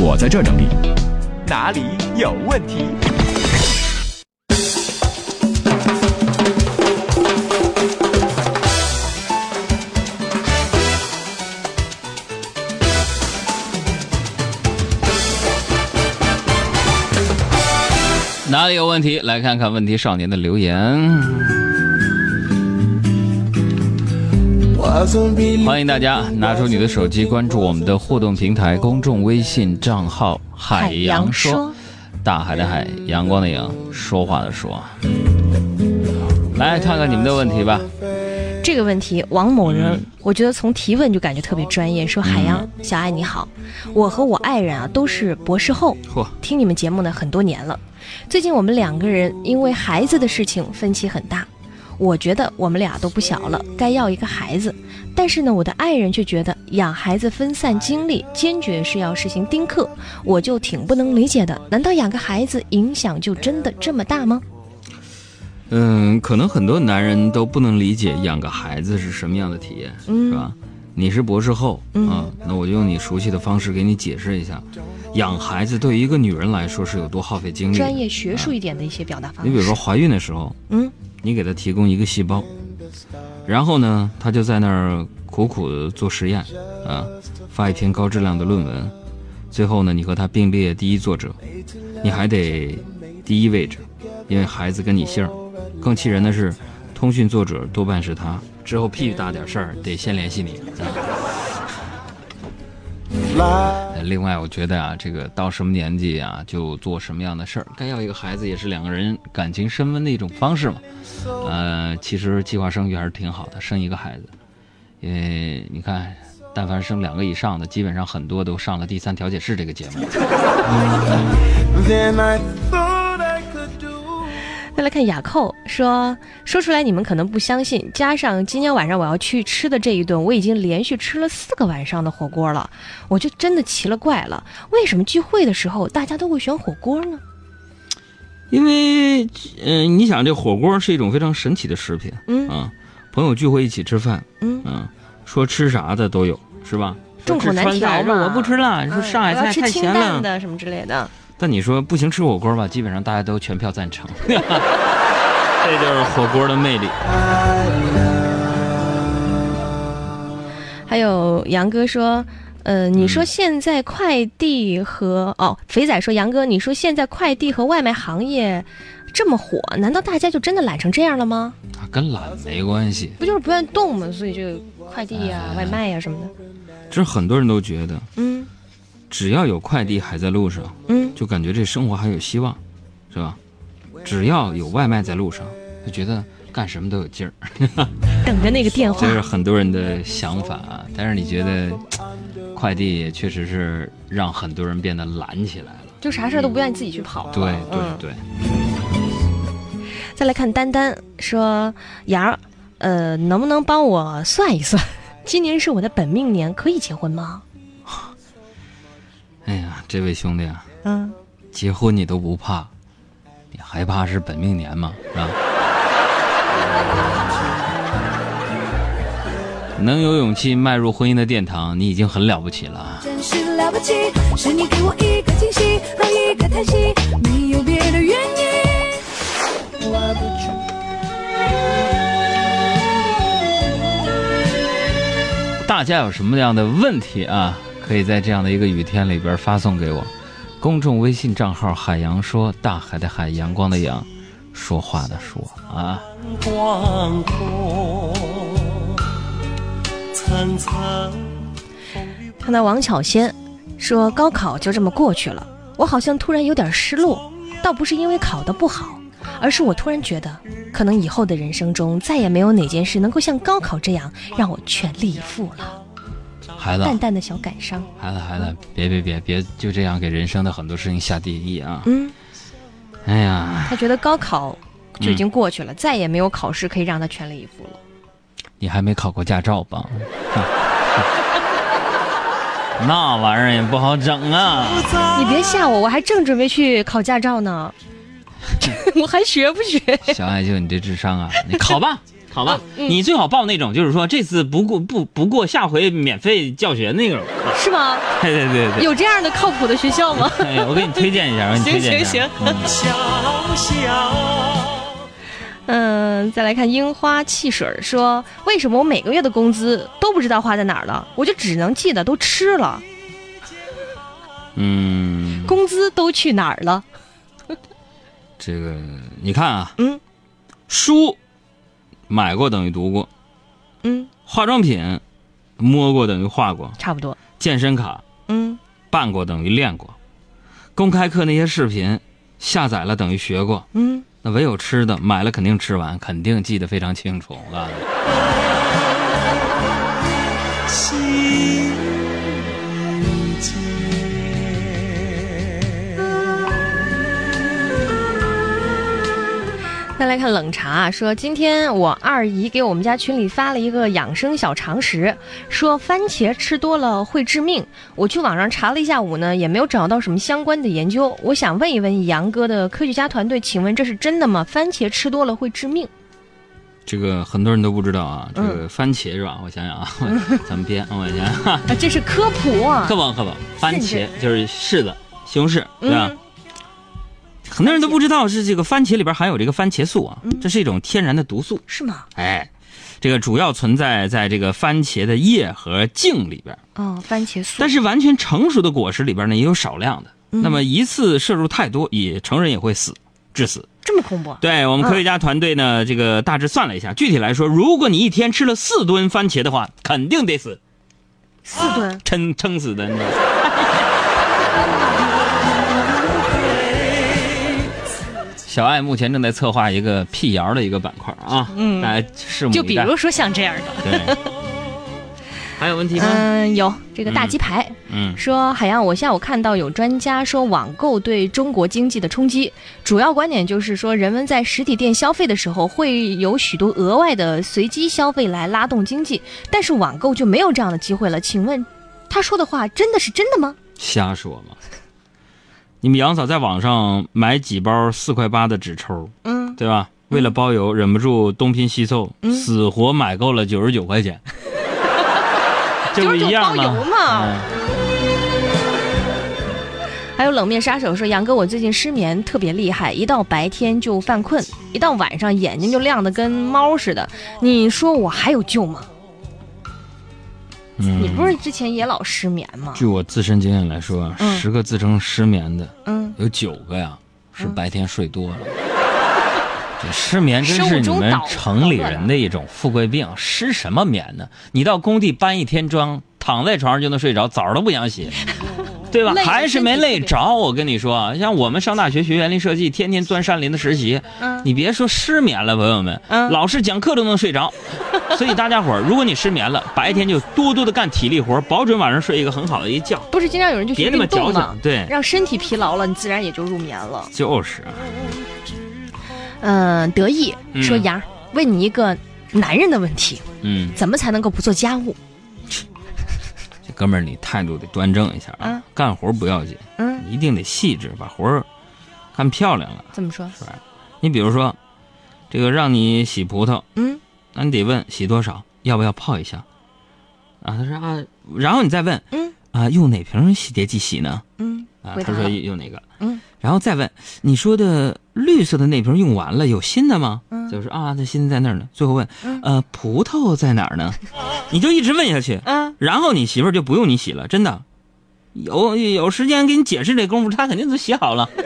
我在这整理。哪里有问题？哪里有问题？来看看问题少年的留言。欢迎大家拿出你的手机，关注我们的互动平台公众微信账号“海洋说”，海洋说大海的海，阳光的阳，说话的说。来看看你们的问题吧。这个问题，王某人，嗯我觉得从提问就感觉特别专业。说海洋，小爱你好，我和我爱人啊都是博士后，嚯，听你们节目呢很多年了。最近我们两个人因为孩子的事情分歧很大，我觉得我们俩都不小了，该要一个孩子。但是呢，我的爱人却觉得养孩子分散精力，坚决是要实行丁克，我就挺不能理解的。难道养个孩子影响就真的这么大吗？嗯，可能很多男人都不能理解养个孩子是什么样的体验，嗯是吧？你是博士后、嗯啊，那我就用你熟悉的方式给你解释一下，养孩子对于一个女人来说是有多耗费精力的。专业学术一点的一些表达方式。你比如说，怀孕的时候，嗯，你给她提供一个细胞，然后呢，她就在那儿苦苦的做实验，啊，发一篇高质量的论文，最后呢，你和她并列第一作者，你还得第一位置，因为孩子跟你姓儿。更气人的是，通讯作者多半是她，之后屁大点事儿得先联系你。啊呃另外，我觉得啊，这个到什么年纪啊，就做什么样的事儿，该要一个孩子也是两个人感情升温的一种方式嘛。呃，其实计划生育还是挺好的，生一个孩子，因为你看，但凡生两个以上的，基本上很多都上了第三调解室这个节目。 Then I thought I could do. 再来看雅寇说，说出来你们可能不相信，加上今天晚上我要去吃的这一顿，我已经连续吃了四个晚上的火锅了，我就真的奇了怪了，为什么聚会的时候大家都会选火锅呢？因为，嗯、你想，这火锅是一种非常神奇的食品，嗯啊，朋友聚会一起吃饭，嗯啊，说吃啥的都有，是吧？众口难调嘛哎嗯说我不吃辣，说上海我要菜吃太清咸了淡。的什么之类的，但你说不行吃火锅吧，基本上大家都全票赞成， 这就是火锅的魅力。还有杨哥说。呃，你说现在快递和、哦，肥仔说杨哥，你说现在快递和外卖行业这么火，难道大家就真的懒成这样了吗？它啊跟懒没关系，不就是不愿意动嘛，所以就快递呀、外卖呀、什么的。这很多人都觉得，嗯只要有快递还在路上，嗯，就感觉这生活还有希望，是吧？只要有外卖在路上，就觉得干什么都有 劲儿，等着那个电话这。是很多人的想法啊。但是你觉得，快递也确实是让很多人变得懒起来了。就啥事儿都不愿意自己去跑。对嗯对对，再来看丹丹说：“杨儿，呃，能不能帮我算一算，今年是我的本命年，可以结婚吗哎呀，这位兄弟啊，？”嗯，结婚你都不怕，你还怕是本命年吗？是吧？ 能有勇气迈入婚姻的殿堂，你已经很了不起了。啊真是了不起，是你给我一个惊喜和一个叹息，没有别的原因。大家有什么样的问题啊，可以在这样的一个雨天里边发送给我。公众微信账号“海洋说”，大海的海，阳光的阳，说话的说啊。广阔，层层。看到王巧仙说：“高考就这么过去了，我好像突然有点失落，倒不是因为考得不好，而是我突然觉得，可能以后的人生中再也没有哪件事能够像高考这样让我全力以赴了。”孩子，啊淡淡的小感伤。孩子，孩子，别别别别就这样给人生的很多事情下定义啊！嗯，哎呀，他觉得高考就已经过去了，再也没有考试可以让他全力以赴了。你还没考过驾照吧？ 那玩意儿也不好整啊！你别吓我，我还正准备去考驾 照呢，我还学不学？ 小爱，就你这智商啊，你考吧，好吧？嗯你最好报那种，就是说这次不过不不过，下回免费教学那种。是吗？ 对对对 对。有这样的靠谱的学校吗？哎，我给你推荐一下，我给你推荐一下。行行嗯小小。嗯，再来看樱花汽水儿说，为什么我每个月的工资都不知道花在哪儿了？我就只能记得都吃了，嗯，工资都去哪儿了？这个你看啊，嗯，书买过等于读过，嗯，化妆品摸过等于画过，差不多。健身卡嗯办过等于练过，公开课那些视频下载了等于学过，嗯，那唯有吃的买了肯定吃完，肯定记得非常清楚。啊我告诉你，心间。再来看冷茶啊说，今天我二姨给我们家群里发了一个养生小常识，说番茄吃多了会致命。我去网上查了一下午呢，也没有找到什么相关的研究。我想问一问杨哥的科学家团队，请问这是真的吗？番茄吃多了会致命？这个很多人都不知道啊，这个番茄是吧？我想想啊， 咱们编，我想想啊，啊，这是科普啊！可不可不，番茄甚就是柿子、西红柿，对啊吧？嗯很多人都不知道是这个番茄里边含有这个番茄素啊，这是一种天然的毒素。是吗？哎，这个主要存在在这个番茄的叶和茎里边，哦，番茄素。但是是完全成熟的果实里边呢也有少量的。嗯那么一次摄入太多，也成人也会死，致死。这么恐怖啊？对我们科学家团队呢，这个大致算了一下，具体来说，如果你一天吃了四吨番茄的话，肯定得死，四吨，撑撑死的。你知 道吗小爱目前正在策划一个辟谣的一个板块啊，嗯，大家拭目以待。就比如说像这样的。对， 还有问题吗？嗯，有这个大鸡排、嗯，说，海洋，我下午看到有专家说网购对中国经济的冲击，主要观点就是说，人们在实体店消费的时候会有许多额外的随机消费来拉动经济，但是网购就没有这样的机会了。请问，他说的话真的是真的吗？瞎说嘛。你们杨嫂在网上买几包四块八的纸抽，嗯，对吧？为了包邮，忍不住东拼西凑，嗯死活买够了九十九块 钱，这不一样99包邮吗？嘛嗯还有冷面杀手说：“杨哥，我最近失眠特别厉害，一到白天就犯困，一到晚上眼睛就亮得跟猫似的。你说我还有救吗？嗯你不是之前也老失眠吗？据我自身经验来说，啊嗯十个自称失眠的，嗯，有九个呀是白天睡多了。这失眠真是你生物钟们导致城里人的一种富贵病，失什么眠呢？你到工地搬一天砖，躺在床上就能睡着，澡都不想 洗，对吧累？得还是没累身体不着。我跟你说啊，像我们上大学学园林设计，天天钻山林子实习，嗯你别说失眠了，朋友们，嗯老师讲课都能睡 着。所以大家伙儿，如果你失眠了，白天就多多的干体力活儿，保准晚上睡一个很好的一觉。不是经常有人就去别那么运矫动吗情，？对，让身体疲劳了，你自然也就入眠了。就是啊。嗯，得意嗯说杨儿，问你一个男人的问题，嗯，怎么才能够不做家务？这哥们儿，你态度得端正一下啊，嗯干活不要紧，嗯，一定得细致，把活儿干漂亮了。怎么说？你比如说，这个让你洗葡萄，嗯，那你得问洗多少，要不要泡一下？啊，他说啊，然后你再问，嗯，啊，用哪瓶洗洁剂洗呢？嗯，啊，回答他说了用哪个？嗯，然后再问你说的绿色的那瓶用完了，有新的吗？嗯，就是啊，那新的在那儿呢。最后问，嗯呃，葡萄在哪儿呢？ 你就一直问下去，嗯，然后你媳妇儿就不用你洗了，真的。有有时间给你解释这功夫，她肯定都洗好了。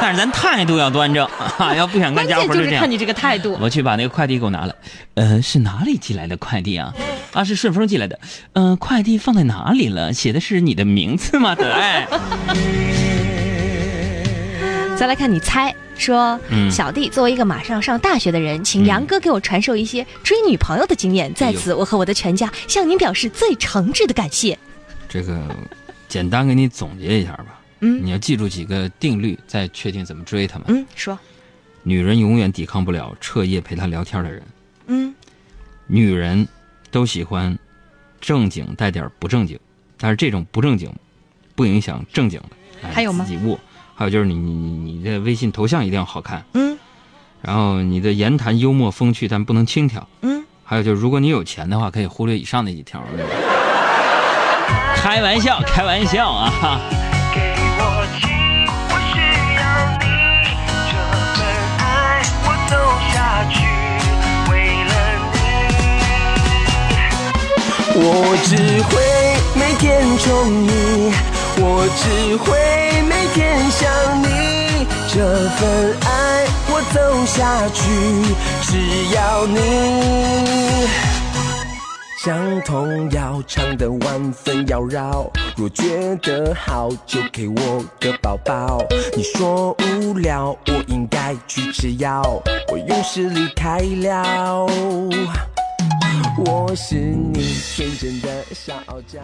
但是咱态度要端正 啊，要不想干关家键务活就这是样看。你这个态度。我去把那个快递给我拿来，呃，是哪里寄来的快递啊？啊，是顺丰寄来的。嗯、快递放在哪里了？写的是你的名字吗？ 得哎。再来看你猜，说、嗯小弟作为一个马上上大学的人，请杨哥给我传授一些追女朋友的经验，在此我和我的全家向您表示最诚挚的感谢。这个简单给你总结一下吧。嗯你要记住几个定律，再确定怎么追他们。嗯，说，女人永远抵抗不了彻夜陪她聊天的人。嗯女人都喜欢正经带点不正经，但是这种不正经不影响正经的。哎还有吗自己悟。还有就是你你你你这微信头像一定要好看，嗯然后你的言谈幽默风趣，但不能轻佻。嗯，还有就是，如果你有钱的话，可以忽略以上那几条。开玩笑，开玩笑啊！给我情，我需要你，这份爱我走下去，为了你。我只会每天宠你，我只会每天想你，这份爱我走下去，只要你。像童谣唱得万分妖娆，若觉得好就给我个抱抱。你说无聊，我应该去吃药，我用实力开了。我是你天真的小娇。